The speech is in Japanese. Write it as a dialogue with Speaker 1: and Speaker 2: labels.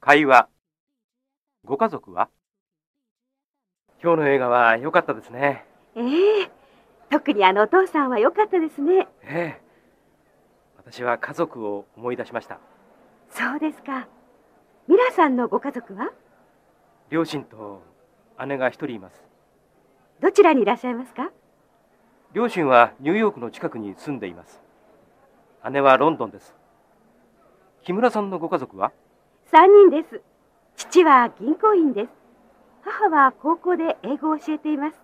Speaker 1: 会話ご家族は今日の映画は良かったですね
Speaker 2: ええ特にあのお父さんは良かったですね
Speaker 1: ええ私は家族を思い出しました
Speaker 2: そうですかミラさんのご家族は
Speaker 1: 両親と姉が一人います
Speaker 2: どちらにいらっしゃいますか
Speaker 1: 両親はニューヨークの近くに住んでいます姉はロンドンです木村さんのご家族は
Speaker 2: 三人です父は銀行員です母は高校で英語を教えています